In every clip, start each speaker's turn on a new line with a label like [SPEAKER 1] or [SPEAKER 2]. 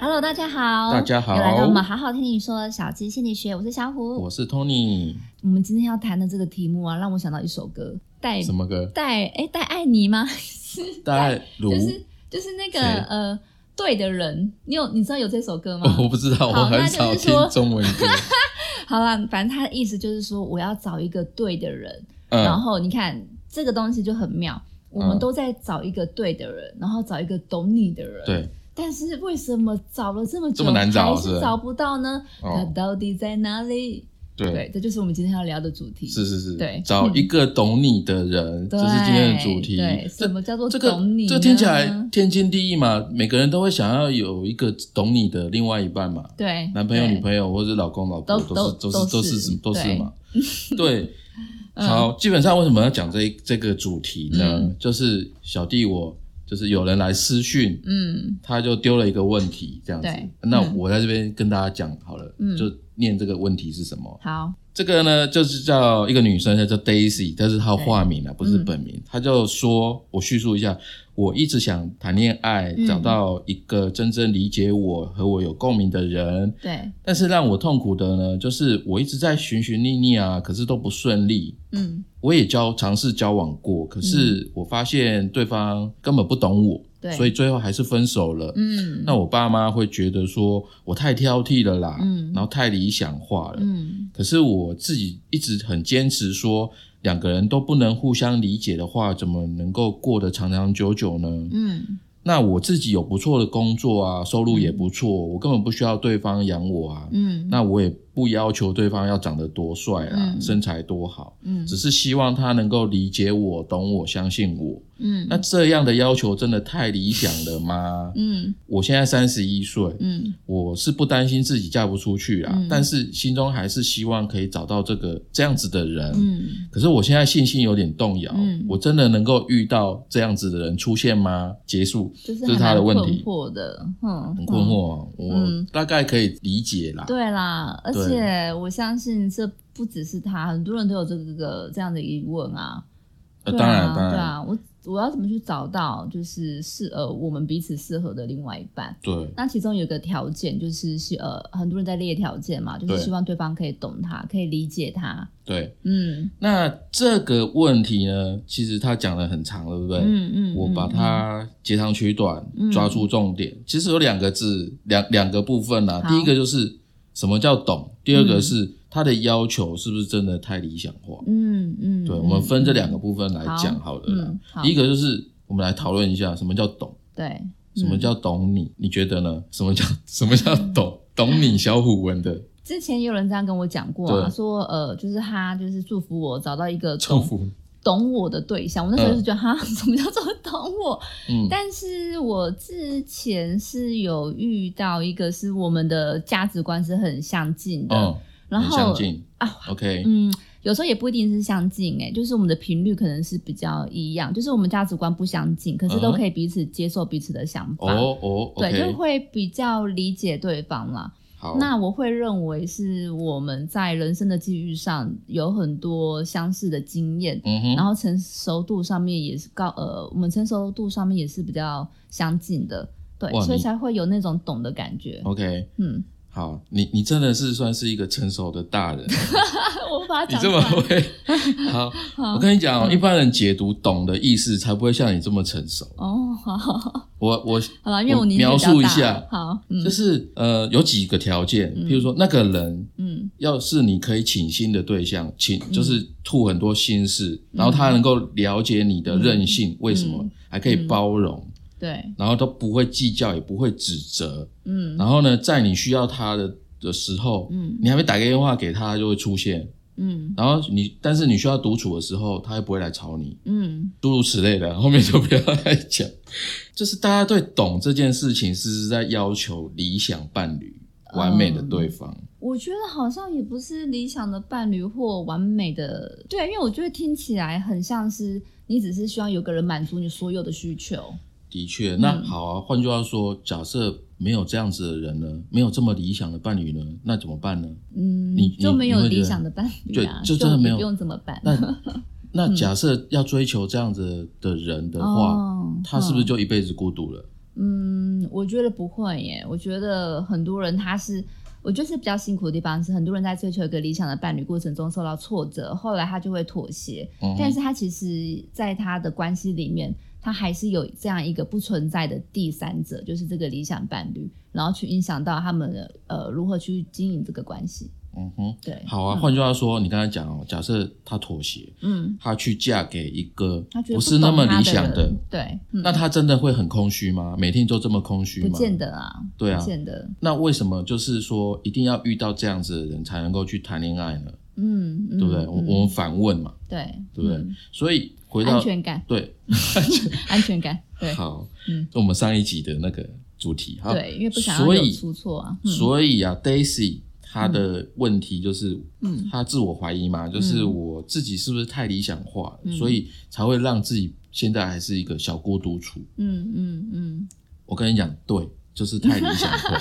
[SPEAKER 1] Hello，大家好，
[SPEAKER 2] 大家好
[SPEAKER 1] 又来到我们好好听你说小鸡心理学，我是小虎。
[SPEAKER 2] 我
[SPEAKER 1] 我
[SPEAKER 2] 是 Tony，
[SPEAKER 1] 们今天要谈的这个题目啊，让我想到一首歌，戴
[SPEAKER 2] 什么歌？
[SPEAKER 1] 戴哎戴爱你 吗？是
[SPEAKER 2] 戴如、
[SPEAKER 1] 就是就是那个
[SPEAKER 2] 谁
[SPEAKER 1] 呃对的人，你有你知道有这首歌吗？
[SPEAKER 2] 哦我不知道，
[SPEAKER 1] 好
[SPEAKER 2] 我很
[SPEAKER 1] 那
[SPEAKER 2] 少
[SPEAKER 1] 就是说
[SPEAKER 2] 听中文歌。
[SPEAKER 1] 好啦，反正他的意思就是说，我要找一个对的人。然
[SPEAKER 2] 嗯，
[SPEAKER 1] 后你看这个东西就很妙，我们
[SPEAKER 2] 嗯
[SPEAKER 1] 都在找一个对的人，然后找一个懂你的人。。
[SPEAKER 2] 对，
[SPEAKER 1] 但是为什么找了这么久
[SPEAKER 2] 这么难找
[SPEAKER 1] 还
[SPEAKER 2] 是不
[SPEAKER 1] 是
[SPEAKER 2] 是
[SPEAKER 1] 找不到呢？他
[SPEAKER 2] 哦，
[SPEAKER 1] 到底在哪里？
[SPEAKER 2] 对，
[SPEAKER 1] 这就是我们今天要聊的主题。
[SPEAKER 2] 是是是，
[SPEAKER 1] 对
[SPEAKER 2] 找一个懂你 的人，
[SPEAKER 1] 对，
[SPEAKER 2] 这是今天的主题
[SPEAKER 1] 对，。
[SPEAKER 2] 这
[SPEAKER 1] 什么叫做
[SPEAKER 2] 这个
[SPEAKER 1] 懂你呢？
[SPEAKER 2] 这听起来天经地义嘛，每个人都会想要有一个懂你的另外一半嘛，
[SPEAKER 1] 对
[SPEAKER 2] 男朋友、
[SPEAKER 1] 对
[SPEAKER 2] 女朋友或者老公、老婆
[SPEAKER 1] 都
[SPEAKER 2] 都是
[SPEAKER 1] 都
[SPEAKER 2] 是
[SPEAKER 1] 都
[SPEAKER 2] 都
[SPEAKER 1] 是
[SPEAKER 2] 是都是
[SPEAKER 1] 对
[SPEAKER 2] 嘛，对。
[SPEAKER 1] 嗯
[SPEAKER 2] 好，基本上为什么要讲这一这个主题呢
[SPEAKER 1] 嗯？
[SPEAKER 2] 就是小弟我就是有人来私讯，
[SPEAKER 1] 嗯
[SPEAKER 2] 他就丢了一个问题，这样子
[SPEAKER 1] 对。
[SPEAKER 2] 那
[SPEAKER 1] 嗯
[SPEAKER 2] 我在这边跟大家讲好了
[SPEAKER 1] 嗯，
[SPEAKER 2] 就念这个问题是什么。
[SPEAKER 1] 好
[SPEAKER 2] 这个呢，就是叫一个女生，她叫 Daisy，但是她化名啊，不是本
[SPEAKER 1] 嗯
[SPEAKER 2] 名。她就说，我叙述一下，我一直想谈恋爱，
[SPEAKER 1] 嗯
[SPEAKER 2] 找到一个真正理解我和我有共鸣的人。
[SPEAKER 1] 对
[SPEAKER 2] 但是让我痛苦的呢，就是我一直在寻寻觅觅啊，可是都不顺利。
[SPEAKER 1] 嗯
[SPEAKER 2] 我也交尝试交往过，可是我发现对方根本不懂我，
[SPEAKER 1] 对
[SPEAKER 2] 所以最后还是分手了。
[SPEAKER 1] 嗯
[SPEAKER 2] 那我爸妈会觉得说我太挑剔了啦，
[SPEAKER 1] 嗯
[SPEAKER 2] 然后太理想化了。
[SPEAKER 1] 嗯
[SPEAKER 2] 可是我自己一直很坚持说，两个人都不能互相理解的话，怎么能够过得长长久久呢？
[SPEAKER 1] 嗯
[SPEAKER 2] 那我自己有不错的工作啊，收入也不错，我根本不需要对方养我啊。
[SPEAKER 1] 嗯
[SPEAKER 2] 那我也不要求对方要长得多帅啊，
[SPEAKER 1] 嗯
[SPEAKER 2] 身材多好。
[SPEAKER 1] 嗯
[SPEAKER 2] 只是希望他能够理解我、懂我、相信我。
[SPEAKER 1] 嗯
[SPEAKER 2] 那这样的要求真的太理想了吗？
[SPEAKER 1] 嗯
[SPEAKER 2] 我现在三十一岁，
[SPEAKER 1] 嗯
[SPEAKER 2] 我是不担心自己嫁不出去啊，
[SPEAKER 1] 嗯
[SPEAKER 2] 但是心中还是希望可以找到这个这样子的人。
[SPEAKER 1] 嗯
[SPEAKER 2] 可是我现在信心有点动摇，
[SPEAKER 1] 嗯
[SPEAKER 2] 我真的能够遇到这样子的人出现吗？结束，
[SPEAKER 1] 就是
[SPEAKER 2] 这是他的问题
[SPEAKER 1] 还蛮困惑的，嗯，
[SPEAKER 2] 很困惑啊、
[SPEAKER 1] 嗯
[SPEAKER 2] 我大概可以理解啦。
[SPEAKER 1] 对啊啦，而
[SPEAKER 2] 对
[SPEAKER 1] 且我相信这不只是他，很多人都有这个这样的疑问啊。
[SPEAKER 2] 呃
[SPEAKER 1] 对
[SPEAKER 2] 当然
[SPEAKER 1] 啊，
[SPEAKER 2] 当然
[SPEAKER 1] 对啊，我我要怎么去找到就是适呃我们彼此适合的另外一半？
[SPEAKER 2] 对
[SPEAKER 1] 那其中有一个条件就是是呃很多人在列条件嘛，就是
[SPEAKER 2] 对
[SPEAKER 1] 希望对方可以懂他，可以理解他。
[SPEAKER 2] 对，
[SPEAKER 1] 嗯
[SPEAKER 2] 那这个问题呢，其实他讲的很长，对不对？
[SPEAKER 1] 嗯嗯，
[SPEAKER 2] 我把
[SPEAKER 1] 嗯
[SPEAKER 2] 它截长取短，
[SPEAKER 1] 嗯
[SPEAKER 2] 抓住重点。其实有两个字，两两个部分啦、
[SPEAKER 1] 好
[SPEAKER 2] 第一个就是什么叫懂，第二
[SPEAKER 1] 嗯
[SPEAKER 2] 个是他的要求是不是真的太理想化？
[SPEAKER 1] 嗯嗯，
[SPEAKER 2] 对，
[SPEAKER 1] 嗯
[SPEAKER 2] 我们分这两个
[SPEAKER 1] 嗯
[SPEAKER 2] 部分来讲好了啦。
[SPEAKER 1] 嗯，好
[SPEAKER 2] 第一个就是我们来讨论一下什么叫懂，
[SPEAKER 1] 对，
[SPEAKER 2] 什么
[SPEAKER 1] 嗯
[SPEAKER 2] 叫懂你？你觉得呢？什么叫什么叫懂？懂你小虎文的
[SPEAKER 1] 之前也有人这样跟我讲过啊，
[SPEAKER 2] 对
[SPEAKER 1] 说呃，就是他就是祝福我找到一个
[SPEAKER 2] 祝
[SPEAKER 1] 懂
[SPEAKER 2] 福，
[SPEAKER 1] 懂我的对象。我那时候
[SPEAKER 2] 嗯
[SPEAKER 1] 就是觉得哈、 什么叫做懂我？
[SPEAKER 2] 嗯，
[SPEAKER 1] 但是我之前是有遇到一个是我们的价值观是很相近的，
[SPEAKER 2] 嗯，
[SPEAKER 1] 然
[SPEAKER 2] 很相
[SPEAKER 1] 后
[SPEAKER 2] 近
[SPEAKER 1] 啊。
[SPEAKER 2] OK，
[SPEAKER 1] 嗯，有时候也不一定是相近哎、就是我们的频率可能是比较一样，就是我们价值观不相近，可是都
[SPEAKER 2] 嗯哼
[SPEAKER 1] 可以彼此接受彼此的想法，
[SPEAKER 2] 哦哦
[SPEAKER 1] 对，就
[SPEAKER 2] ，OK，
[SPEAKER 1] 会比较理解对方啦。
[SPEAKER 2] 好，
[SPEAKER 1] 那我会认为是我们在人生的际遇上有很多相似的经验，
[SPEAKER 2] 嗯哼，
[SPEAKER 1] 然后成熟度上面也是高，呃，我们成熟度上面也是比较相近的，对，
[SPEAKER 2] 哇
[SPEAKER 1] 所以
[SPEAKER 2] 你哦
[SPEAKER 1] 才会有那种懂的感觉。
[SPEAKER 2] OK，
[SPEAKER 1] 嗯，
[SPEAKER 2] 好，你你真的是算是一个成熟的大 人，
[SPEAKER 1] 我把它
[SPEAKER 2] 你
[SPEAKER 1] 讲
[SPEAKER 2] 这么
[SPEAKER 1] 出来
[SPEAKER 2] 会。好，
[SPEAKER 1] 好
[SPEAKER 2] 我跟你讲哦，一般人解读懂的意思，才不会像你这么成熟。
[SPEAKER 1] 哦，好好好
[SPEAKER 2] 我我
[SPEAKER 1] 好了，因为
[SPEAKER 2] 我
[SPEAKER 1] 我年纪比较
[SPEAKER 2] 哦描述一
[SPEAKER 1] 大
[SPEAKER 2] 下
[SPEAKER 1] 好，嗯
[SPEAKER 2] 就是呃，有几个条件，
[SPEAKER 1] 嗯
[SPEAKER 2] 譬如说那个人
[SPEAKER 1] 嗯
[SPEAKER 2] 要是你可以倾心的对象，倾就是吐很多心事，然后他能够了解你的任性，为什么
[SPEAKER 1] 嗯
[SPEAKER 2] 还可以包容，
[SPEAKER 1] 对，
[SPEAKER 2] 然后都不会计较，也不会指责，
[SPEAKER 1] 嗯
[SPEAKER 2] 然后呢，在你需要他的的时候，
[SPEAKER 1] 嗯
[SPEAKER 2] 你还没打个电话给他，他就会出现。
[SPEAKER 1] 嗯
[SPEAKER 2] 然后你，但是你需要独处的时候，他又不会来吵你，
[SPEAKER 1] 嗯
[SPEAKER 2] 诸如此类的，后面就不要再讲。就是大家对懂这件事情，是在要求理想伴侣、完美的对方。
[SPEAKER 1] 我觉得好像也不是理想的伴侣或完美的，对，因为我觉得听起来很像是你只是希望有个人满足你所有的需求，
[SPEAKER 2] 的确，
[SPEAKER 1] 嗯
[SPEAKER 2] 那好啊。换句话说，假设没有这样子的人呢，没有这么理想的伴侣呢，那怎么办呢？
[SPEAKER 1] 嗯
[SPEAKER 2] 你，
[SPEAKER 1] 就没有
[SPEAKER 2] 你你会觉得
[SPEAKER 1] 理想的伴侣啊，
[SPEAKER 2] 对就真的没
[SPEAKER 1] 也
[SPEAKER 2] 有
[SPEAKER 1] 不用怎么办。
[SPEAKER 2] 那那假设要追求这样子的人的话，
[SPEAKER 1] 哦
[SPEAKER 2] 他是不是
[SPEAKER 1] 嗯
[SPEAKER 2] 就一辈子孤独了？
[SPEAKER 1] 嗯嗯，我觉得不会耶。我觉得很多人他是，我觉得是比较辛苦的地方是，很多人在追求一个理想的伴侣过程中受到挫折，后来他就会妥协。
[SPEAKER 2] 嗯
[SPEAKER 1] 但是他其实在他的关系里面，他还是有这样一个不存在的第三者，就是这个理想伴侣，然后去影响到他们的呃如何去经营这个关系。
[SPEAKER 2] 嗯哼，
[SPEAKER 1] 对，
[SPEAKER 2] 好啊。换句话说，你刚才讲哦，假设她妥协，
[SPEAKER 1] 嗯，
[SPEAKER 2] 她去嫁给一个
[SPEAKER 1] 他觉得
[SPEAKER 2] 不是那么
[SPEAKER 1] 懂他
[SPEAKER 2] 理想
[SPEAKER 1] 的
[SPEAKER 2] 的
[SPEAKER 1] 人，，对，嗯
[SPEAKER 2] 那她真的会很空虚吗？每天都这么空虚
[SPEAKER 1] 不
[SPEAKER 2] 吗？
[SPEAKER 1] 见得啊，
[SPEAKER 2] 对啊
[SPEAKER 1] 不见得，
[SPEAKER 2] 那为什么就是说一定要遇到这样子的人才能够去谈恋爱呢？
[SPEAKER 1] 嗯，嗯
[SPEAKER 2] 对不对？我我们反问嘛，
[SPEAKER 1] 对
[SPEAKER 2] 对不对？
[SPEAKER 1] 嗯
[SPEAKER 2] 所以回
[SPEAKER 1] 安
[SPEAKER 2] 到
[SPEAKER 1] 全感，
[SPEAKER 2] 对，
[SPEAKER 1] 安全感，对
[SPEAKER 2] 好，
[SPEAKER 1] 嗯
[SPEAKER 2] 我们上一集的那个主题哈，
[SPEAKER 1] 对，因为不想要
[SPEAKER 2] 所
[SPEAKER 1] 有
[SPEAKER 2] 以
[SPEAKER 1] 出错啊，嗯
[SPEAKER 2] 所以啊，Daisy 她的问题就是，
[SPEAKER 1] 嗯
[SPEAKER 2] 她自我怀疑嘛，就是我自己是不是太理想化了，
[SPEAKER 1] 嗯
[SPEAKER 2] 所以才会让自己现在还是一个小孤独处。
[SPEAKER 1] 嗯嗯嗯，
[SPEAKER 2] 我跟你讲，对，就是太理想 化，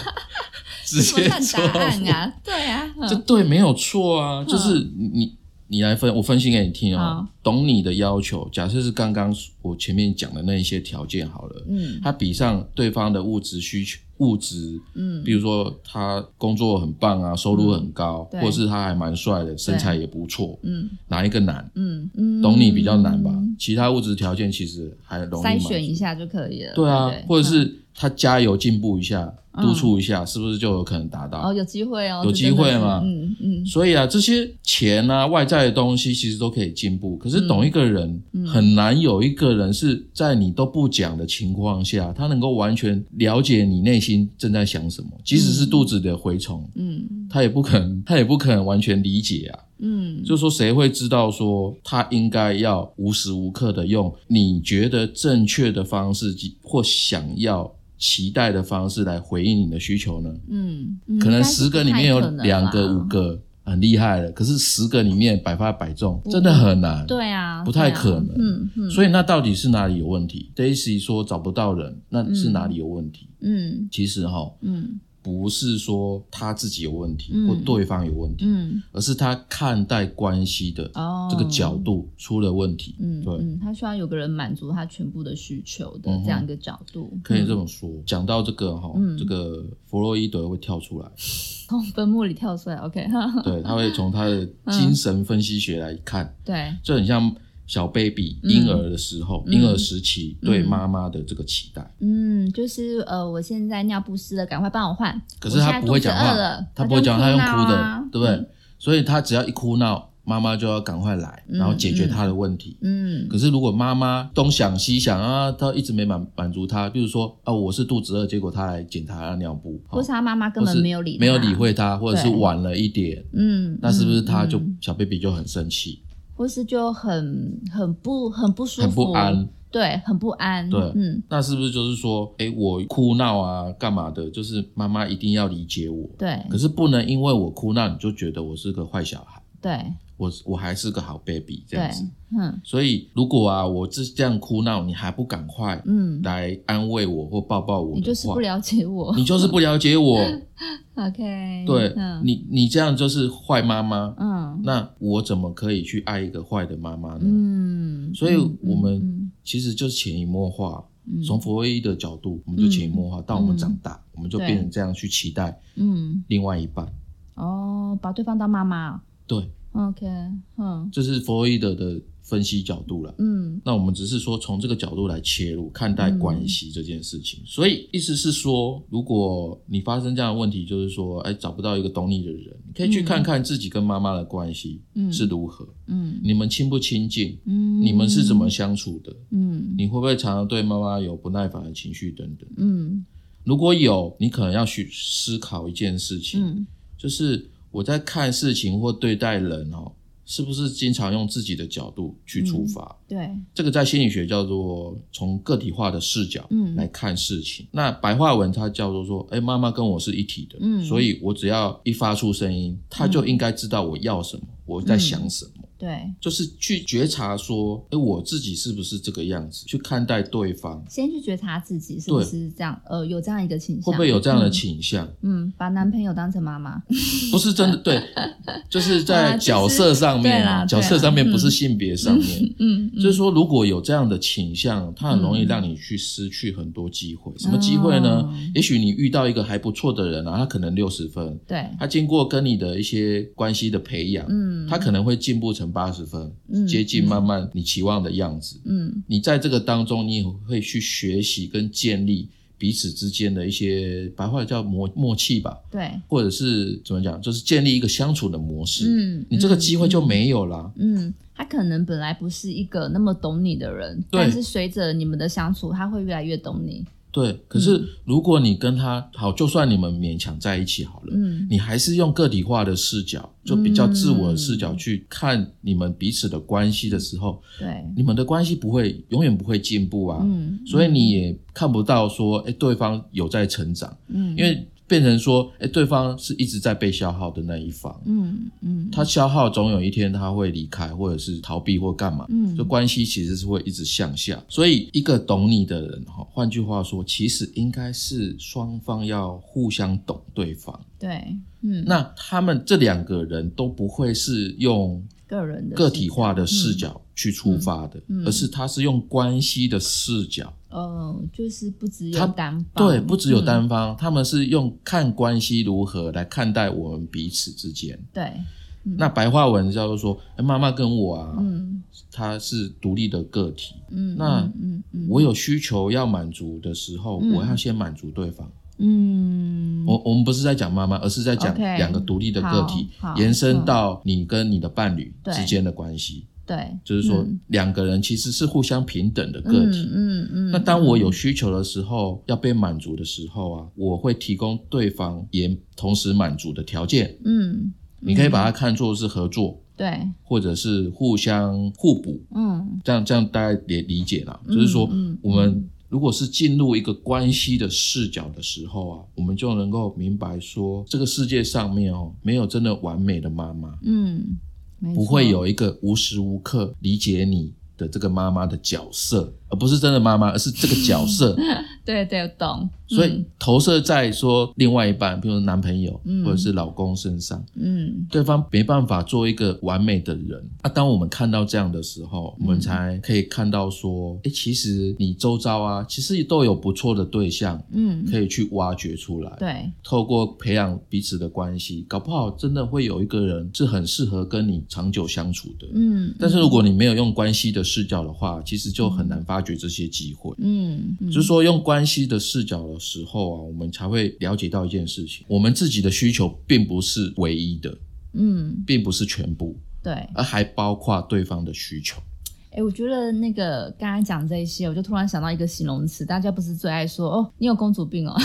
[SPEAKER 2] 直
[SPEAKER 1] 怎
[SPEAKER 2] 接
[SPEAKER 1] 么看
[SPEAKER 2] 错
[SPEAKER 1] 答案
[SPEAKER 2] 误，
[SPEAKER 1] 啊？对啊，嗯
[SPEAKER 2] 这对没有错啊，就是你。你来分，我分析给你听哦
[SPEAKER 1] 好。
[SPEAKER 2] 懂你的要求，假设是刚刚我前面讲的那一些条件好了，
[SPEAKER 1] 嗯
[SPEAKER 2] 他比上对方的物质需求，物质
[SPEAKER 1] 嗯
[SPEAKER 2] 比如说他工作很棒啊，收入很高，
[SPEAKER 1] 嗯对
[SPEAKER 2] 或是他还蛮帅的，身材也不错，
[SPEAKER 1] 嗯
[SPEAKER 2] 哪一个难？
[SPEAKER 1] 嗯嗯，
[SPEAKER 2] 懂你比较难吧？其他物质条件其实还容易
[SPEAKER 1] 筛
[SPEAKER 2] 满
[SPEAKER 1] 选
[SPEAKER 2] 足
[SPEAKER 1] 一下就可以了。
[SPEAKER 2] 对啊，
[SPEAKER 1] 不
[SPEAKER 2] 或者是他加油进步一下，
[SPEAKER 1] 嗯
[SPEAKER 2] 督促一下，是不是就有可能达
[SPEAKER 1] 哦，
[SPEAKER 2] 到？
[SPEAKER 1] 有机会哦，
[SPEAKER 2] 有
[SPEAKER 1] 这
[SPEAKER 2] 机
[SPEAKER 1] 真的
[SPEAKER 2] 会
[SPEAKER 1] 是
[SPEAKER 2] 嘛
[SPEAKER 1] 嗯嗯，
[SPEAKER 2] 所以啊，这些钱啊，外在的东西其实都可以进步。可是懂一个人，
[SPEAKER 1] 嗯
[SPEAKER 2] 很难有一个人是在你都不讲的情况下，他能够完全了解你内心正在想什么，即使是肚子里的蛔虫，
[SPEAKER 1] 嗯
[SPEAKER 2] 他也不可能，他也不可能完全理解啊。
[SPEAKER 1] 嗯，
[SPEAKER 2] 就是说，谁会知道说他应该要无时无刻的用你觉得正确的方式及或想要期待的方式来回应你的需求呢？
[SPEAKER 1] 嗯，嗯
[SPEAKER 2] 可能
[SPEAKER 1] 应该是
[SPEAKER 2] 十个里面
[SPEAKER 1] 不
[SPEAKER 2] 有
[SPEAKER 1] 太可能
[SPEAKER 2] 两
[SPEAKER 1] 啦
[SPEAKER 2] 个、五，个很厉害的，可是十个里面百发百中，真的很难。
[SPEAKER 1] 嗯对啊，
[SPEAKER 2] 不太
[SPEAKER 1] 对啊
[SPEAKER 2] 可能
[SPEAKER 1] 嗯嗯
[SPEAKER 2] 所以那到底是哪里有问题？Daisy 说找不到人，那是哪里有问题？
[SPEAKER 1] 嗯
[SPEAKER 2] 其实哈，
[SPEAKER 1] 嗯
[SPEAKER 2] 不是说他自己有问题、
[SPEAKER 1] 嗯
[SPEAKER 2] 或对方有问题，
[SPEAKER 1] 嗯，
[SPEAKER 2] 而是他看待关系的
[SPEAKER 1] 哦，
[SPEAKER 2] 这个角。度出了问题。
[SPEAKER 1] 嗯，
[SPEAKER 2] 对
[SPEAKER 1] 嗯，他需要有个人满足他全部的需求的
[SPEAKER 2] 嗯哼
[SPEAKER 1] 这样一个角度，
[SPEAKER 2] 可以这么说，讲到这个哈、
[SPEAKER 1] 嗯
[SPEAKER 2] 这个弗洛伊德会跳出来，
[SPEAKER 1] 从坟墓里跳出来，OK，
[SPEAKER 2] 对，他会从他的
[SPEAKER 1] 嗯
[SPEAKER 2] 精神分析学来看，
[SPEAKER 1] 对，
[SPEAKER 2] 这很像小 baby
[SPEAKER 1] 嗯
[SPEAKER 2] 婴儿的时候，
[SPEAKER 1] 嗯
[SPEAKER 2] 婴儿时期对
[SPEAKER 1] 嗯
[SPEAKER 2] 妈妈的这个期待。
[SPEAKER 1] 嗯，就是呃，我现在尿不湿了，赶快帮我换。
[SPEAKER 2] 可是他不会讲话
[SPEAKER 1] 我现在肚子饿了，，
[SPEAKER 2] 他不会讲，他用
[SPEAKER 1] 就
[SPEAKER 2] 哭的，对不
[SPEAKER 1] 闹啊
[SPEAKER 2] 对？所以他只要一哭闹，妈妈就要赶快来，
[SPEAKER 1] 嗯
[SPEAKER 2] 然后解决他的问题。
[SPEAKER 1] 嗯
[SPEAKER 2] 可是如果妈妈东想西想啊，她一直没满满足他，比如说啊，我是肚子饿，结果他来检查尿布，
[SPEAKER 1] 或是
[SPEAKER 2] 哦
[SPEAKER 1] 他妈妈根
[SPEAKER 2] 或
[SPEAKER 1] 本
[SPEAKER 2] 是
[SPEAKER 1] 没有理他
[SPEAKER 2] 没有理，会他，或者是
[SPEAKER 1] 对
[SPEAKER 2] 晚了一点，
[SPEAKER 1] 嗯，
[SPEAKER 2] 那是不是他就
[SPEAKER 1] 嗯
[SPEAKER 2] 小 baby 就很生气，
[SPEAKER 1] 或是就很很不很不舒服，
[SPEAKER 2] 很不安？
[SPEAKER 1] 对，很不安，
[SPEAKER 2] 对
[SPEAKER 1] 嗯，
[SPEAKER 2] 那是不是就是说，哎，我哭闹啊，干嘛的？就是妈妈一定要理解我，
[SPEAKER 1] 对
[SPEAKER 2] 可是不能因为我哭闹你就觉得我是个坏小孩，
[SPEAKER 1] 对
[SPEAKER 2] 我我还是个好 baby 这
[SPEAKER 1] 对
[SPEAKER 2] 样子。，
[SPEAKER 1] 嗯
[SPEAKER 2] 所以如果啊，我这这样哭闹，你还不赶快
[SPEAKER 1] 嗯，
[SPEAKER 2] 来安慰我或抱抱我的话，
[SPEAKER 1] 你就是不了解我
[SPEAKER 2] 你就是不了解我，
[SPEAKER 1] ，OK，
[SPEAKER 2] 对、
[SPEAKER 1] 嗯
[SPEAKER 2] 你你这样就是坏妈妈，
[SPEAKER 1] 嗯
[SPEAKER 2] 那我怎么可以去爱一个坏的妈妈呢？
[SPEAKER 1] 嗯，
[SPEAKER 2] 所以
[SPEAKER 1] 嗯
[SPEAKER 2] 我们
[SPEAKER 1] 嗯
[SPEAKER 2] 其实就是潜移默化。
[SPEAKER 1] 嗯
[SPEAKER 2] 从弗洛伊德角度，我们就潜移默化，到我们长大，我们就
[SPEAKER 1] 对
[SPEAKER 2] 变成这样去期待
[SPEAKER 1] 嗯
[SPEAKER 2] 另外一半。
[SPEAKER 1] 哦，把对方当妈妈
[SPEAKER 2] 对，
[SPEAKER 1] ，OK，嗯
[SPEAKER 2] 这是弗洛伊德的分析角度了。
[SPEAKER 1] 嗯
[SPEAKER 2] 那我们只是说从这个角度来切入看待关系这件事情，所以意思是说，如果你发生这样的问题，就是说，哎，找不到一个懂你的人，你可以去看看自己跟妈妈的关系
[SPEAKER 1] 嗯
[SPEAKER 2] 是如何，
[SPEAKER 1] 嗯
[SPEAKER 2] 你们亲不亲近，
[SPEAKER 1] 嗯，
[SPEAKER 2] 你们是怎么相处的，
[SPEAKER 1] 嗯
[SPEAKER 2] 你会不会常常对妈妈有不耐烦的情绪等等。
[SPEAKER 1] 嗯
[SPEAKER 2] 如果有，你可能要去思考一件事情，
[SPEAKER 1] 嗯
[SPEAKER 2] 就是我在看事情或对待人哦，是不是经常用自己的角度去出发？
[SPEAKER 1] 对，
[SPEAKER 2] 这个在心理学叫做从个体化的视角
[SPEAKER 1] 嗯
[SPEAKER 2] 来看事情。那白话文它叫做说，哎，妈妈跟我是一体的，
[SPEAKER 1] 嗯嗯
[SPEAKER 2] 所以我只要一发出声音，她就应该知道我要什么，我在想什么。
[SPEAKER 1] 对，
[SPEAKER 2] 就是去觉察说，哎，我自己是不是这个样子，去看待对方
[SPEAKER 1] 先去觉察自己是不是这样，呃，有这样一个倾向，
[SPEAKER 2] 会不会有这样的倾向，
[SPEAKER 1] 嗯？嗯，把男朋友当成妈妈，
[SPEAKER 2] 不是真 的对，就是在
[SPEAKER 1] 啊其实
[SPEAKER 2] 角色上
[SPEAKER 1] 对
[SPEAKER 2] 面
[SPEAKER 1] 啦
[SPEAKER 2] 啊，
[SPEAKER 1] 对
[SPEAKER 2] 角
[SPEAKER 1] 啦
[SPEAKER 2] 色上面
[SPEAKER 1] 嗯
[SPEAKER 2] 不是性别上面。
[SPEAKER 1] 嗯，
[SPEAKER 2] 就是说，如果有这样的倾向，它很容易让你去失去很多机会。什么机会呢？
[SPEAKER 1] 哦
[SPEAKER 2] 也许你遇到一个还不错的人啊，他可能六十分，
[SPEAKER 1] 对，
[SPEAKER 2] 他经过跟你的一些关系的培养，
[SPEAKER 1] 嗯，
[SPEAKER 2] 他可能会进步成八十分，
[SPEAKER 1] 嗯
[SPEAKER 2] 接近慢慢你期望的样子。
[SPEAKER 1] 嗯
[SPEAKER 2] 你在这个当中，你也会去学习跟建立彼此之间的一些白话叫默默契吧，
[SPEAKER 1] 对，
[SPEAKER 2] 或者是怎么讲，就是建立一个相处的模式。
[SPEAKER 1] 嗯，
[SPEAKER 2] 你这个机会就没有啦。
[SPEAKER 1] 嗯，他可能本来不是一个那么懂你的人，
[SPEAKER 2] 对
[SPEAKER 1] 但是随着你们的相处，他会越来越懂你。
[SPEAKER 2] 对，可是如果你跟他好，就算你们勉强在一起好了，
[SPEAKER 1] 嗯
[SPEAKER 2] 你还是用个体化的视角，就比较自我的视角去看你们彼此的关系的时候，
[SPEAKER 1] 对，
[SPEAKER 2] 你们的关系不会永远不会进步啊。
[SPEAKER 1] 嗯
[SPEAKER 2] 所以你也看不到说，哎，对方有在成长，
[SPEAKER 1] 嗯，
[SPEAKER 2] 因为变成说，哎，对方是一直在被消耗的那一方，
[SPEAKER 1] 嗯嗯
[SPEAKER 2] 他消耗总有一天他会离开，或者是逃避或干嘛，
[SPEAKER 1] 嗯
[SPEAKER 2] 就关系其实是会一直向下。所以一个懂你的人，哈，换句话说，其实应该是双方要互相懂对方。
[SPEAKER 1] 对，嗯，
[SPEAKER 2] 那他们这两个人都不会是用
[SPEAKER 1] 个人的
[SPEAKER 2] 个
[SPEAKER 1] 视
[SPEAKER 2] 体
[SPEAKER 1] 角
[SPEAKER 2] 化的视角去出发的，
[SPEAKER 1] 嗯嗯嗯
[SPEAKER 2] 而是他是用关系的视角。
[SPEAKER 1] 呃，就是不只有
[SPEAKER 2] 他
[SPEAKER 1] 单方，
[SPEAKER 2] 对，不只有
[SPEAKER 1] 嗯
[SPEAKER 2] 单方，他们是用看关系如何来看待我们彼此之间。
[SPEAKER 1] 对，
[SPEAKER 2] 那白话文叫做说，哎妈妈跟我啊，
[SPEAKER 1] 嗯
[SPEAKER 2] 她是独立的个体。
[SPEAKER 1] 嗯，
[SPEAKER 2] 那
[SPEAKER 1] 嗯嗯
[SPEAKER 2] 我有需求要满足的时候，
[SPEAKER 1] 嗯
[SPEAKER 2] 我要先满足对方。
[SPEAKER 1] 嗯，
[SPEAKER 2] 我我们不是在讲妈妈，而是在讲
[SPEAKER 1] OK，
[SPEAKER 2] 两个独立的个体
[SPEAKER 1] 好好
[SPEAKER 2] 延伸到你跟你的伴侣
[SPEAKER 1] 对
[SPEAKER 2] 之间的关系，
[SPEAKER 1] 对，
[SPEAKER 2] 就是说
[SPEAKER 1] 嗯
[SPEAKER 2] 两个人其实是互相平等的个体。
[SPEAKER 1] 嗯嗯嗯，
[SPEAKER 2] 那当我有需求的时候，要被满足的时候啊，我会提供对方也同时满足的条件。
[SPEAKER 1] 嗯，
[SPEAKER 2] 你可以把它看作是合作，
[SPEAKER 1] 对，
[SPEAKER 2] 或者是互相互补，
[SPEAKER 1] 嗯
[SPEAKER 2] 这样这样大家也理解啦。
[SPEAKER 1] 嗯
[SPEAKER 2] 就是说
[SPEAKER 1] 嗯，
[SPEAKER 2] 我们如果是进入一个关系的视角的时候啊，我们就能够明白说，这个世界上面哦，没有真的完美的妈妈，
[SPEAKER 1] 嗯，没
[SPEAKER 2] 不会
[SPEAKER 1] 错
[SPEAKER 2] 有一个无时无刻理解你的这个妈妈的角色，而不是真的妈妈，而是这个角色。
[SPEAKER 1] 对对懂， 嗯
[SPEAKER 2] 所以投射在说另外一半，比如说男朋友、
[SPEAKER 1] 嗯
[SPEAKER 2] 或者是老公身上，
[SPEAKER 1] 嗯
[SPEAKER 2] 对方没办法做一个完美的人。那、当我们看到这样的时候，我们才可以看到说，哎、其实你周遭啊，其实都有不错的对象
[SPEAKER 1] 嗯嗯，
[SPEAKER 2] 可以去挖掘出来。
[SPEAKER 1] 对，
[SPEAKER 2] 透过培养彼此的关系，搞不好真的会有一个人是很适合跟你长久相处的。
[SPEAKER 1] 嗯，
[SPEAKER 2] 但是如果你没有用关系的视角的话，其实就很难发掘这些机会。
[SPEAKER 1] 嗯嗯
[SPEAKER 2] 就是说，用关系的视角的时候啊，我们才会了解到一件事情：我们自己的需求并不是唯一的，
[SPEAKER 1] 嗯
[SPEAKER 2] 并不是全部，
[SPEAKER 1] 对。
[SPEAKER 2] 而还包括对方的需求。
[SPEAKER 1] 哎、我觉得那个刚才讲这一些，我就突然想到一个形容词，大家不是最爱说哦，你有公主 病哦，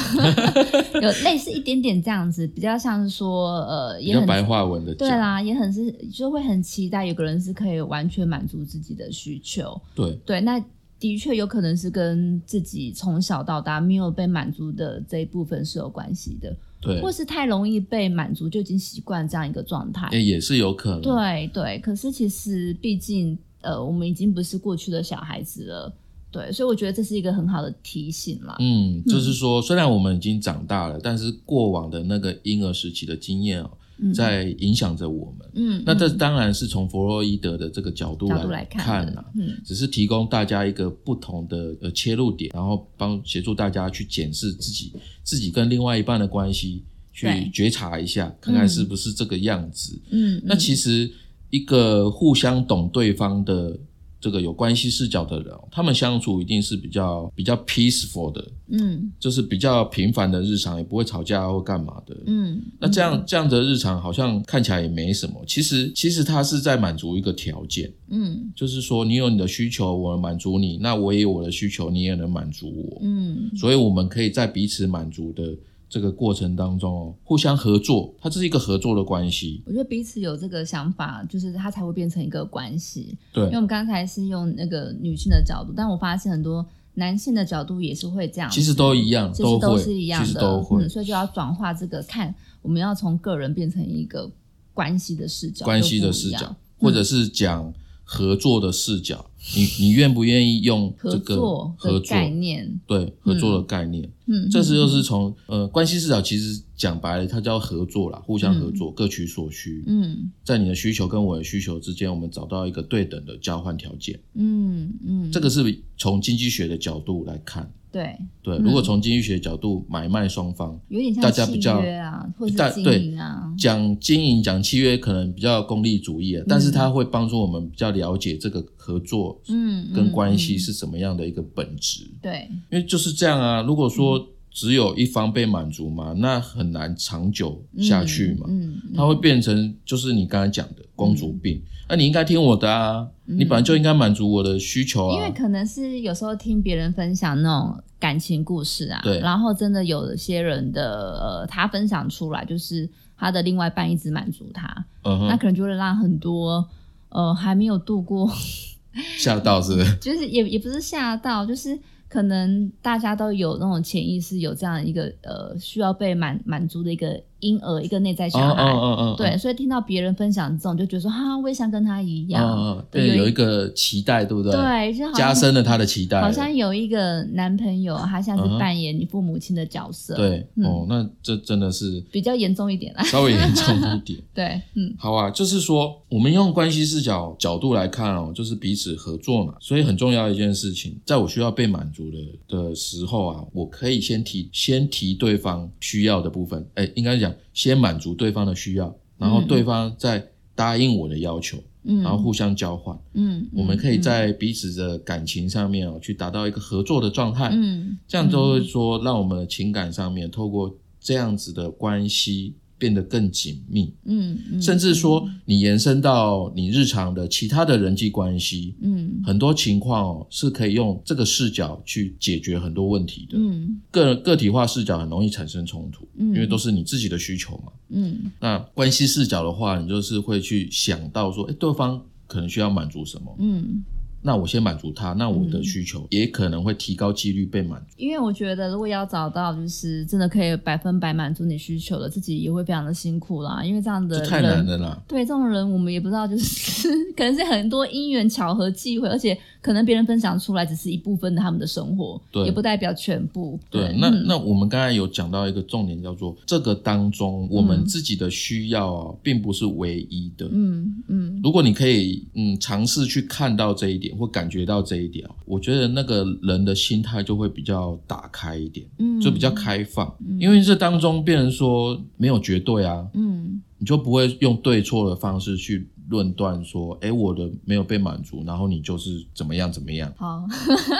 [SPEAKER 1] 有类似一点点这样子，比较像是说呃，
[SPEAKER 2] 比
[SPEAKER 1] 也
[SPEAKER 2] 较
[SPEAKER 1] 很
[SPEAKER 2] 白话文的
[SPEAKER 1] 对
[SPEAKER 2] 讲，
[SPEAKER 1] 啦，也很是就会很期待有个人是可以完全满足自己的需求。
[SPEAKER 2] 对
[SPEAKER 1] 对，那的确有可能是跟自己从小到大没有被满足的这一部分是有关系的，
[SPEAKER 2] 对
[SPEAKER 1] 或，是太容易被满足就已经习惯这样一个状态。
[SPEAKER 2] 哎，也是有可能。
[SPEAKER 1] 对对，可是其实毕竟呃，我们已经不是过去的小孩子了，对，所以我觉得这是一个很好的提醒啦。
[SPEAKER 2] 嗯，就是说，虽然我们已经长大了，但是过往的那个婴儿时期的经验哦，
[SPEAKER 1] 嗯
[SPEAKER 2] 在影响着我们。
[SPEAKER 1] 嗯，
[SPEAKER 2] 那这
[SPEAKER 1] 嗯
[SPEAKER 2] 当然是从弗洛伊德的这个角度
[SPEAKER 1] 角度来
[SPEAKER 2] 来看
[SPEAKER 1] 的
[SPEAKER 2] 啊，
[SPEAKER 1] 嗯
[SPEAKER 2] 只是提供大家一个不同的呃切入点，然后帮协助大家去检视自己自己跟另外一半的关系，
[SPEAKER 1] 对
[SPEAKER 2] 去觉察一下，看看是不是这个样子。
[SPEAKER 1] 嗯，
[SPEAKER 2] 那其
[SPEAKER 1] 实
[SPEAKER 2] 实一个互相懂对方的这个有关系视角的人哦，他们相处一定是比较比较 peaceful 的，
[SPEAKER 1] 嗯
[SPEAKER 2] 就是比较平凡的日常，也不会吵架或干嘛的。
[SPEAKER 1] 嗯，
[SPEAKER 2] 那这样这样的日常好像看起来也没什么，其实其实他是在满足一个条件，
[SPEAKER 1] 嗯
[SPEAKER 2] 就是说，你有你的需求，我满足你；那我也有我的需求，你也能满足我。
[SPEAKER 1] 嗯
[SPEAKER 2] 所以，我们可以在彼此满足的这个过程当中哦，互相合作，它这是一个合作的关系。
[SPEAKER 1] 我觉得彼此有这个想法，就是它才会变成一个关系。
[SPEAKER 2] 对
[SPEAKER 1] 因为我们刚才是用那个女性的角度，但我发现很多男性的角度也是会这样，
[SPEAKER 2] 其实都一样，
[SPEAKER 1] 其实
[SPEAKER 2] 会，
[SPEAKER 1] 是一样的，
[SPEAKER 2] 其实都会。
[SPEAKER 1] 嗯，所以就要转化这个看，我们要从个人变成一个关系的视角，
[SPEAKER 2] 关系
[SPEAKER 1] 就
[SPEAKER 2] 的
[SPEAKER 1] 不一
[SPEAKER 2] 视
[SPEAKER 1] 样嗯
[SPEAKER 2] 角，或者是讲合作的视角，你你愿不愿意用
[SPEAKER 1] 合
[SPEAKER 2] 这个
[SPEAKER 1] 作
[SPEAKER 2] 合
[SPEAKER 1] 的
[SPEAKER 2] 作
[SPEAKER 1] 概念，
[SPEAKER 2] 对合作的概念？
[SPEAKER 1] 嗯，
[SPEAKER 2] 这是又是从呃关系市场，其实讲白了，它叫合作啦，互相合作，各取所需。
[SPEAKER 1] 嗯
[SPEAKER 2] 在你的需求跟我的需求之间，我们找到一个对等的交换条件。
[SPEAKER 1] 嗯嗯，
[SPEAKER 2] 这个是从经济学的角度来看。
[SPEAKER 1] 对，
[SPEAKER 2] 对，
[SPEAKER 1] 嗯
[SPEAKER 2] 如果从经济学角度，买卖双方
[SPEAKER 1] 有点像
[SPEAKER 2] 大家比
[SPEAKER 1] 契
[SPEAKER 2] 较
[SPEAKER 1] 约啊，或
[SPEAKER 2] 大
[SPEAKER 1] 是经
[SPEAKER 2] 对
[SPEAKER 1] 营啊，
[SPEAKER 2] 讲经营、讲契约，可能比较功利主义啊，但是它会帮助我们比较了解这个合作
[SPEAKER 1] 嗯，
[SPEAKER 2] 跟
[SPEAKER 1] 嗯
[SPEAKER 2] 关系
[SPEAKER 1] 嗯
[SPEAKER 2] 是什么样的一个本质。
[SPEAKER 1] 对，
[SPEAKER 2] 因为就是这样啊，如果
[SPEAKER 1] 嗯
[SPEAKER 2] 说只有一方被满足嘛，那很难长久下去嘛。
[SPEAKER 1] 嗯，嗯
[SPEAKER 2] 它会变成就是你刚才讲的公主病，那、你应该听我的啊，你本来就应该满足我的需求
[SPEAKER 1] 嗯因为
[SPEAKER 2] 啊。
[SPEAKER 1] 可能是有时候听别人分享那种感情故事啊，
[SPEAKER 2] 对
[SPEAKER 1] 然后真的有些人的呃，他分享出来就是他的另外一半一直满足他，
[SPEAKER 2] 嗯
[SPEAKER 1] 那
[SPEAKER 2] 哼，
[SPEAKER 1] 可能就会让很多呃还没有度过，
[SPEAKER 2] 吓到是不是？
[SPEAKER 1] 就是也也不是吓到，就是可能大家都有那种潜意识有这样一个呃需要被满满足的一个婴儿一个内在小
[SPEAKER 2] 哦
[SPEAKER 1] 孩，
[SPEAKER 2] 哦哦哦，
[SPEAKER 1] 对，所以听到别人分享这种就觉得说哈，我也想跟他一
[SPEAKER 2] 嗯，
[SPEAKER 1] 样，
[SPEAKER 2] 嗯嗯，
[SPEAKER 1] 对有
[SPEAKER 2] 对，
[SPEAKER 1] 一
[SPEAKER 2] 有一个期待，对不对？，
[SPEAKER 1] 对，就好像
[SPEAKER 2] 加深了他的期待了。
[SPEAKER 1] 好像有一个男朋友，他下次
[SPEAKER 2] 嗯哼
[SPEAKER 1] 扮演你父母亲的角色，，
[SPEAKER 2] 对
[SPEAKER 1] 嗯
[SPEAKER 2] 哦，那这真的是
[SPEAKER 1] 比较严重一点啦。
[SPEAKER 2] 稍微严重一点。
[SPEAKER 1] 对，嗯
[SPEAKER 2] 好啊，就是说我们用关系视角角度来看哦，就是彼此合作嘛，所以很重要一件事情，在我需要被满足的的时候啊，我可以先提先提对方需要的部分，哎，应该讲先满足对方的需要，然后
[SPEAKER 1] 嗯
[SPEAKER 2] 对方再答应我的要求，
[SPEAKER 1] 嗯，
[SPEAKER 2] 然后互相交换，
[SPEAKER 1] 嗯，
[SPEAKER 2] 我们可以
[SPEAKER 1] 嗯
[SPEAKER 2] 在彼此的感情上面哦，去达到一个合作的状态，
[SPEAKER 1] 嗯
[SPEAKER 2] 这样都会说让我们的情感上面透过这样子的关系变得更紧密。
[SPEAKER 1] 嗯嗯，
[SPEAKER 2] 甚至说你延伸到你日常的其他的人际关系，
[SPEAKER 1] 嗯
[SPEAKER 2] 很多情况哦是可以用这个视角去解决很多问题的。
[SPEAKER 1] 嗯
[SPEAKER 2] 个个体化视角很容易产生冲突，
[SPEAKER 1] 嗯
[SPEAKER 2] 因为都是你自己的需求嘛。
[SPEAKER 1] 嗯
[SPEAKER 2] 那关系视角的话，你就是会去想到说，哎，对方可能需要满足什么，
[SPEAKER 1] 嗯，
[SPEAKER 2] 那我先满足他，那我的需求也可能会提高几率被满足。
[SPEAKER 1] 因为我觉得如果要找到就是真的可以百分百满足你需求的，自己也会非常的辛苦啦，因为这样的
[SPEAKER 2] 这
[SPEAKER 1] 人
[SPEAKER 2] 太难了啦，
[SPEAKER 1] 对这种人，我们也不知道，就是 可能是很多因缘巧合际会，而且可能别人分享出来只是一部分的他们的生活，
[SPEAKER 2] 对
[SPEAKER 1] 也不代表全部。
[SPEAKER 2] 对，那
[SPEAKER 1] 嗯
[SPEAKER 2] 那我们刚才有讲到一个重点，叫做这个当中我们自己的需要啊，并不是唯一的。
[SPEAKER 1] 嗯嗯
[SPEAKER 2] 如果你可以嗯尝试去看到这一点，或感觉到这一点啊，我觉得那个人的心态就会比较打开一点，
[SPEAKER 1] 嗯，
[SPEAKER 2] 就比较开放，因为这当中变成说没有绝对啊，
[SPEAKER 1] 嗯
[SPEAKER 2] 你就不会用对错的方式去论断说，哎，我的没有被满足，然后你就是怎么样怎么样。
[SPEAKER 1] 好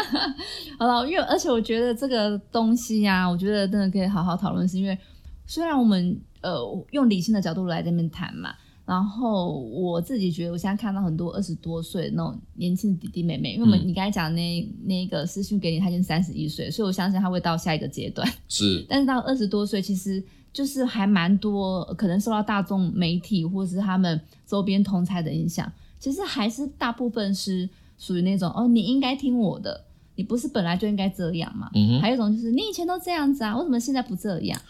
[SPEAKER 1] 好了，因为而且我觉得这个东西呀、我觉得真的可以好好讨论，是因为虽然我们呃用理性的角度来这边谈嘛。然后我自己觉得，我现在看到很多二十多岁的那种年轻的弟弟妹妹，因为我们、
[SPEAKER 2] 嗯
[SPEAKER 1] 你刚才讲的那那个私讯给你，他已经三十一岁，所以我相信他会到下一个阶段。
[SPEAKER 2] 是，
[SPEAKER 1] 但是到二十多岁，其实就是还蛮多，呃可能受到大众媒体或是他们周边同才的影响，其实还是大部分是属于那种哦，你应该听我的，你不是本来就应该这样嘛。
[SPEAKER 2] 嗯哼，
[SPEAKER 1] 还有一种就是你以前都这样子啊，为什么现在不这样？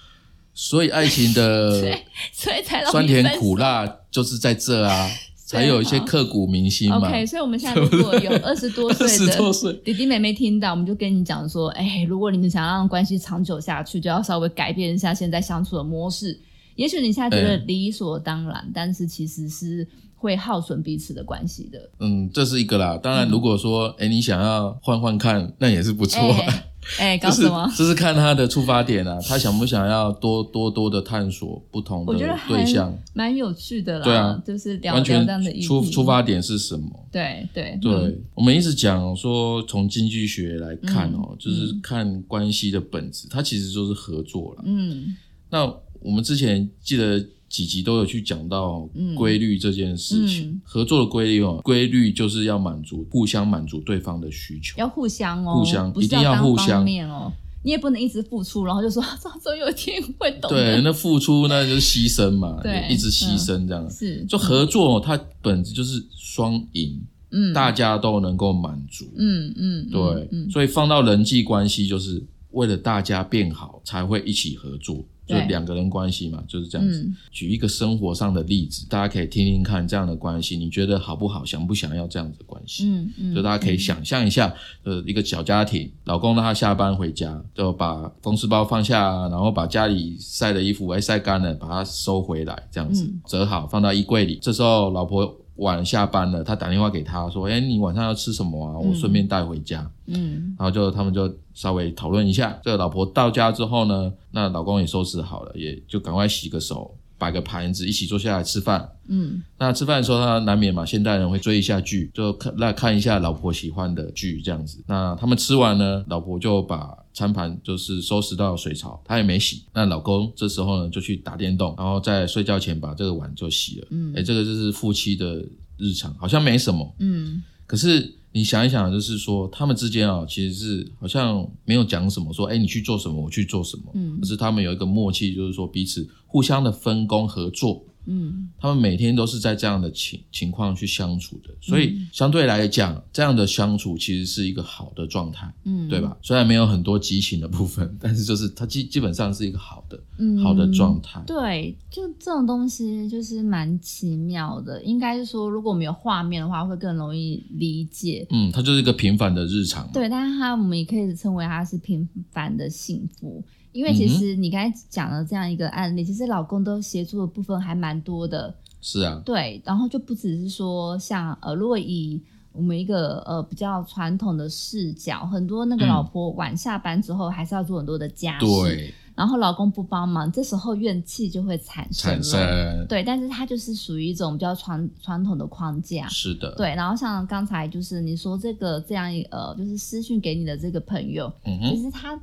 [SPEAKER 2] 所以爱 情的
[SPEAKER 1] 对。所以才容易
[SPEAKER 2] 呃酸甜
[SPEAKER 1] 分手
[SPEAKER 2] 苦辣就是在 这啊，才有一些刻骨铭心嘛。
[SPEAKER 1] OK，所以我们 现在如果有二十多
[SPEAKER 2] 二
[SPEAKER 1] 岁
[SPEAKER 2] 十多
[SPEAKER 1] 的
[SPEAKER 2] 岁，
[SPEAKER 1] 弟弟妹妹听到，我们就跟你讲说，哎、如果你们想让关系长久下去，就要稍微改变一下现在相处的模式。也许你现在觉得理所当然，但是其实是会耗损彼此的关系的。
[SPEAKER 2] 嗯，这是一个啦。当然，
[SPEAKER 1] 嗯
[SPEAKER 2] 如果说哎、诶你想要换换看，那也是不错。
[SPEAKER 1] 哎 哎、搞
[SPEAKER 2] 就是
[SPEAKER 1] 什么？
[SPEAKER 2] 就是看他的出发点啊，他想不想要多多多的探索不同
[SPEAKER 1] 我觉得
[SPEAKER 2] 的
[SPEAKER 1] 还
[SPEAKER 2] 对象，
[SPEAKER 1] 蛮有趣的啦，
[SPEAKER 2] 对啊
[SPEAKER 1] 就是聊
[SPEAKER 2] 完
[SPEAKER 1] 聊
[SPEAKER 2] 全
[SPEAKER 1] 这样的议
[SPEAKER 2] 出
[SPEAKER 1] 题
[SPEAKER 2] 出，发点是什么？
[SPEAKER 1] 对对
[SPEAKER 2] 对、
[SPEAKER 1] 嗯
[SPEAKER 2] 我们一直讲说，从经济学来看哦，
[SPEAKER 1] 嗯
[SPEAKER 2] 就是看关系的本质，它其实就是合作啦。
[SPEAKER 1] 嗯
[SPEAKER 2] 那我们之前记得几集都有去讲到
[SPEAKER 1] 嗯
[SPEAKER 2] 规律这件事情，
[SPEAKER 1] 嗯
[SPEAKER 2] 合作的规律哦，规律就是要满足互相满足对方的需求。
[SPEAKER 1] 要互相哦，
[SPEAKER 2] 互相
[SPEAKER 1] 不是
[SPEAKER 2] 一定要
[SPEAKER 1] 单
[SPEAKER 2] 互相
[SPEAKER 1] 方面哦。你也不能一直付出，然后就说 总有一天会懂
[SPEAKER 2] 对，
[SPEAKER 1] 的。
[SPEAKER 2] 那付出那就是牺牲嘛，
[SPEAKER 1] 对嗯
[SPEAKER 2] 一直牺牲这样。
[SPEAKER 1] 是，
[SPEAKER 2] 就合作，哦它本质就是双赢，
[SPEAKER 1] 嗯
[SPEAKER 2] 大家都能够满足。
[SPEAKER 1] 嗯嗯，嗯
[SPEAKER 2] 对，
[SPEAKER 1] 嗯
[SPEAKER 2] 所以放到人际关系，就是为了大家变好才会一起合作。就
[SPEAKER 1] 对
[SPEAKER 2] 两个人关系嘛，就是这样子。
[SPEAKER 1] 嗯
[SPEAKER 2] 举一个生活上的例子，大家可以听听看这样的关系，你觉得好不好？想不想要这样子的关系？
[SPEAKER 1] 嗯嗯，
[SPEAKER 2] 就大家可以想象一下，呃，一个小家庭，老公让他下班回家，就把公事包放下，然后把家里晒的衣服哎晒干了，把它收回来，这样子、
[SPEAKER 1] 嗯
[SPEAKER 2] 折好放到衣柜里。这时候老婆晚下班了，他打电话给他说：“哎，你晚上要吃什么啊？我顺便带回家。
[SPEAKER 1] 嗯
[SPEAKER 2] 然后就他们就稍微讨论一下。这个老婆到家之后呢，那老公也收拾好了，也就赶快洗个手，摆个盘子，一起坐下来吃饭。
[SPEAKER 1] 嗯
[SPEAKER 2] 那吃饭的时候，他难免嘛，现代人会追一下剧，就看那看一下老婆喜欢的剧这样子。那他们吃完呢，老婆就把餐盘就是收拾到水槽，她也没洗。那老公这时候呢就去打电动，然后在睡觉前把这个碗就洗了。
[SPEAKER 1] 嗯
[SPEAKER 2] 哎、这个就是夫妻的日常，好像没什么。
[SPEAKER 1] 嗯
[SPEAKER 2] 可是你想一想，就是说他们之间啊、其实是好像没有讲什么，说哎、你去做什么，我去做什么。
[SPEAKER 1] 嗯
[SPEAKER 2] 可是他们有一个默契，就是说彼此互相的分工合作。
[SPEAKER 1] 嗯
[SPEAKER 2] 他们每天都是在这样的情情况去相处的，所
[SPEAKER 1] 嗯
[SPEAKER 2] 以相对来讲，这样的相处其实是一个好的状态，
[SPEAKER 1] 嗯，
[SPEAKER 2] 对？吧？虽然没有很多激情的部分， 但是就是它基基本上是一个好的
[SPEAKER 1] 嗯，
[SPEAKER 2] 好的状态。
[SPEAKER 1] 对，就这种东西就是蛮奇妙的，应该是说，如果我们有画面的话，会更容易理解。
[SPEAKER 2] 嗯，它就是一个平凡的日常。，
[SPEAKER 1] 对，但是它我们也可以称为它是平凡的幸福，因
[SPEAKER 2] 嗯
[SPEAKER 1] 为其实你刚才讲的这样一个案例，其实老公都协助的部分还蛮多的，
[SPEAKER 2] 是啊，
[SPEAKER 1] 对，然后就不只是说像呃，如果以我们一个呃比较传统的视角，很多那个
[SPEAKER 2] 嗯
[SPEAKER 1] 老婆晚下班之后还是要做很多的家事，，
[SPEAKER 2] 对，
[SPEAKER 1] 然后老公不帮忙，这时候怨气就会产生
[SPEAKER 2] 产
[SPEAKER 1] 了，
[SPEAKER 2] 生
[SPEAKER 1] 对，但是它就是属于一种比较传传统的框架。
[SPEAKER 2] 是的，，
[SPEAKER 1] 对，然后像刚才就是你说这个这样一呃，就是私讯给你的这个朋友，
[SPEAKER 2] 嗯
[SPEAKER 1] 其
[SPEAKER 2] 哼，
[SPEAKER 1] 实他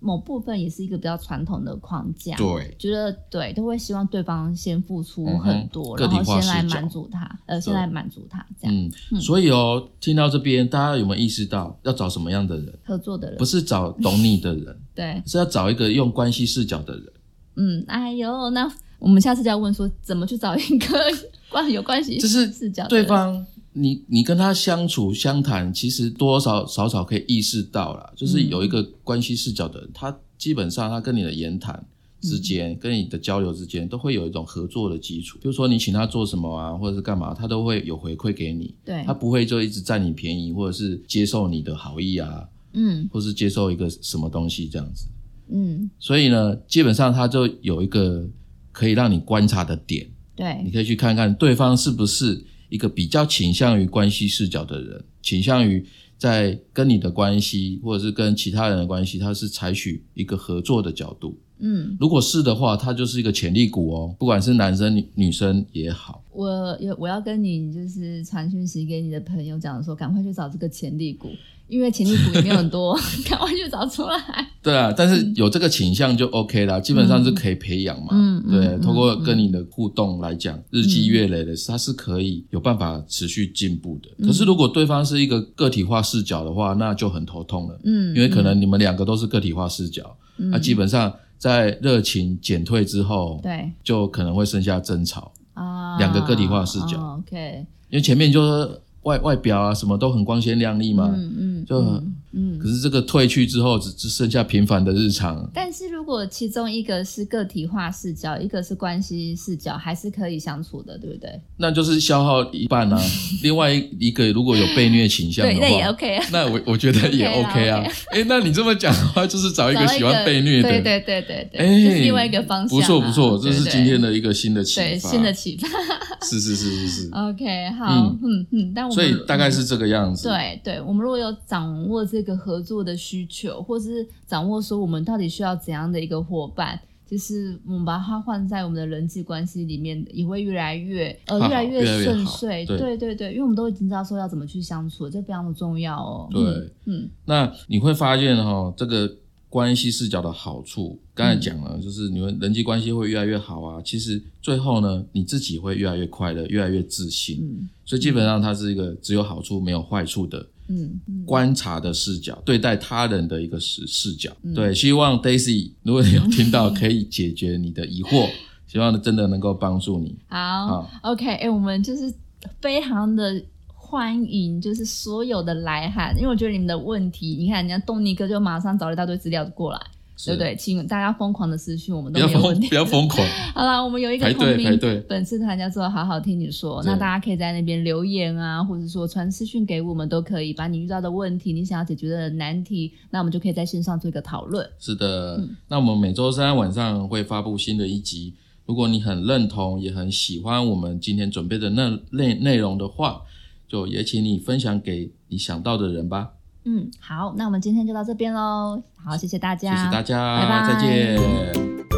[SPEAKER 1] 某部分也是一个比较传统的框架，
[SPEAKER 2] 对，
[SPEAKER 1] 觉得对都会希望对方先付出
[SPEAKER 2] 嗯哼
[SPEAKER 1] 很多，
[SPEAKER 2] 个
[SPEAKER 1] 然
[SPEAKER 2] 体
[SPEAKER 1] 后
[SPEAKER 2] 化
[SPEAKER 1] 先来
[SPEAKER 2] 视角
[SPEAKER 1] 满足他，呃，先
[SPEAKER 2] 对
[SPEAKER 1] 来满足他这样、
[SPEAKER 2] 嗯
[SPEAKER 1] 嗯，
[SPEAKER 2] 所以哦，听到这边，大家有没有意识到要找什么样的人？
[SPEAKER 1] 合作的人
[SPEAKER 2] 不，是找懂你的人，
[SPEAKER 1] 对，
[SPEAKER 2] 是要找一个用关系视角的人。
[SPEAKER 1] 嗯，哎呦，那我们下次就要问说怎么去找一个 关有关系
[SPEAKER 2] 就是
[SPEAKER 1] 视角的
[SPEAKER 2] 对
[SPEAKER 1] 人，
[SPEAKER 2] 方，你你跟他相处相谈，其实多少少少可以意识到啦，就是
[SPEAKER 1] 嗯
[SPEAKER 2] 有一个关系视角的人，他基本上他跟你的言谈
[SPEAKER 1] 嗯
[SPEAKER 2] 之间，跟你的交流之间，都会有一种合作的基础。比如说你请他做什么啊，或者是干嘛，他都会有回馈给你，
[SPEAKER 1] 对
[SPEAKER 2] 他，不会就一直占你便宜，或者是接受你的好意啊，
[SPEAKER 1] 嗯
[SPEAKER 2] 或是接受一个什么东西这样子。
[SPEAKER 1] 嗯，
[SPEAKER 2] 所以呢，基本上他就有一个可以让你观察的点。你
[SPEAKER 1] 对，
[SPEAKER 2] 可以去看看对方是不是一个比较倾向于关系视角的人，倾向于在跟你的关系或者是跟其他人的关系，他是采取一个合作的角度。
[SPEAKER 1] 嗯。
[SPEAKER 2] 如果是的话，他就是一个潜力股哦，不管是男生女女生也好。
[SPEAKER 1] 我有我要跟你就是传讯息给你的朋友讲说，赶快去找这个潜力股，因为潜力股里面很 多，赶快去找出来。
[SPEAKER 2] 对啊，但是有这个倾向就 OK 啦，基本上是可以培养嘛。
[SPEAKER 1] 嗯嗯
[SPEAKER 2] 对，
[SPEAKER 1] 嗯
[SPEAKER 2] 通过跟你的互动来讲，日积月累的，它是可以有办法持续进步的。
[SPEAKER 1] 嗯
[SPEAKER 2] 可是如果对方是一个个体化视角的话，那就很头痛了。
[SPEAKER 1] 嗯，
[SPEAKER 2] 因为可能你们两个都是个体化视角，那、
[SPEAKER 1] 嗯
[SPEAKER 2] 基本上在热情减退之后，
[SPEAKER 1] 对
[SPEAKER 2] 就可能会剩下争吵，
[SPEAKER 1] 啊，
[SPEAKER 2] 两个个体化视角
[SPEAKER 1] 哦 OK，
[SPEAKER 2] 因为前面就是外外表啊什么都很光鲜亮丽嘛，
[SPEAKER 1] 嗯嗯，
[SPEAKER 2] 就
[SPEAKER 1] 嗯嗯
[SPEAKER 2] 可是这个退去之后只只剩下平凡的日常，
[SPEAKER 1] 但是如果其中一个是个体化视角，一个是关系视角，还是可以相处的，对不对？
[SPEAKER 2] 那就是消耗一 半啊。另外一一个如果有被虐倾向的
[SPEAKER 1] 对，那也
[SPEAKER 2] 话。
[SPEAKER 1] OK 啊。
[SPEAKER 2] 那我我觉 得也
[SPEAKER 1] OK
[SPEAKER 2] OK
[SPEAKER 1] 啦
[SPEAKER 2] 啊，哎、那你这么讲的话，就是找一
[SPEAKER 1] 找
[SPEAKER 2] 个
[SPEAKER 1] 到
[SPEAKER 2] 喜欢被虐的，
[SPEAKER 1] 对对对对对，
[SPEAKER 2] 哎
[SPEAKER 1] 这是另外一个方向啊。
[SPEAKER 2] 不错不错，这
[SPEAKER 1] 对
[SPEAKER 2] 是
[SPEAKER 1] 对
[SPEAKER 2] 今天的一个新的启
[SPEAKER 1] 对
[SPEAKER 2] 发，
[SPEAKER 1] 新的启发。
[SPEAKER 2] 是是是是是，
[SPEAKER 1] OK，好，嗯嗯，但我们
[SPEAKER 2] 所以大概是这个样子。
[SPEAKER 1] 对对，我们如果有掌握这个合作的需求，或是掌握说我们到底需要怎样的一个伙伴，就是我们把它换在我们的人际关系里面，也会越来越呃
[SPEAKER 2] 好
[SPEAKER 1] 越来
[SPEAKER 2] 越来越
[SPEAKER 1] 顺
[SPEAKER 2] 好
[SPEAKER 1] 遂。
[SPEAKER 2] 对
[SPEAKER 1] 对对对，因为我们都已经知道说要怎么去相处，这非常的重要哦。
[SPEAKER 2] 对
[SPEAKER 1] 嗯，
[SPEAKER 2] 那你会发现哈、这个关系视角的好处，刚才讲
[SPEAKER 1] 嗯
[SPEAKER 2] 了，就是你们人际关系会越来越好啊。其实最后呢，你自己会越来越快乐，越来越自信。
[SPEAKER 1] 嗯
[SPEAKER 2] 所以基本上它是一个只有好处没有坏处的
[SPEAKER 1] 嗯嗯
[SPEAKER 2] 观察的视角，对待他人的一个视视角。
[SPEAKER 1] 嗯
[SPEAKER 2] 对，希望 Daisy，如果你有听到，可以解决你的疑惑，希望真的能够帮助你。
[SPEAKER 1] 嗯，好
[SPEAKER 2] 好
[SPEAKER 1] o k 哎、我们就是非常的。欢迎，就是所有的来函，因为我觉得你们的问题，你看人家东尼哥就马上找了一大堆资料过来，对不对？请大家疯狂的私讯，我们
[SPEAKER 2] 不
[SPEAKER 1] 都
[SPEAKER 2] 要
[SPEAKER 1] 没有
[SPEAKER 2] 疯
[SPEAKER 1] 问，题
[SPEAKER 2] 不。要疯狂，
[SPEAKER 1] 好了，我们有一个
[SPEAKER 2] 排
[SPEAKER 1] 同
[SPEAKER 2] 队
[SPEAKER 1] 名
[SPEAKER 2] 排队
[SPEAKER 1] 本次团叫做“好好听你说”，
[SPEAKER 2] 对
[SPEAKER 1] 那大家可以在那边留言啊，或者说传私讯给我们都可以，把你遇到的问题、你想要解决的难题，那我们就可以在线上做一个讨论。
[SPEAKER 2] 是的，
[SPEAKER 1] 嗯
[SPEAKER 2] 那我们每周三晚上会发布新的一集。如果你很认同，也很喜欢我们今天准备的内内内容的话，就也请你分享给你想到的人吧。
[SPEAKER 1] 嗯，好，那我们今天就到这边喽。好，谢谢大
[SPEAKER 2] 谢
[SPEAKER 1] 家，
[SPEAKER 2] 谢大家，
[SPEAKER 1] 拜拜
[SPEAKER 2] 再见。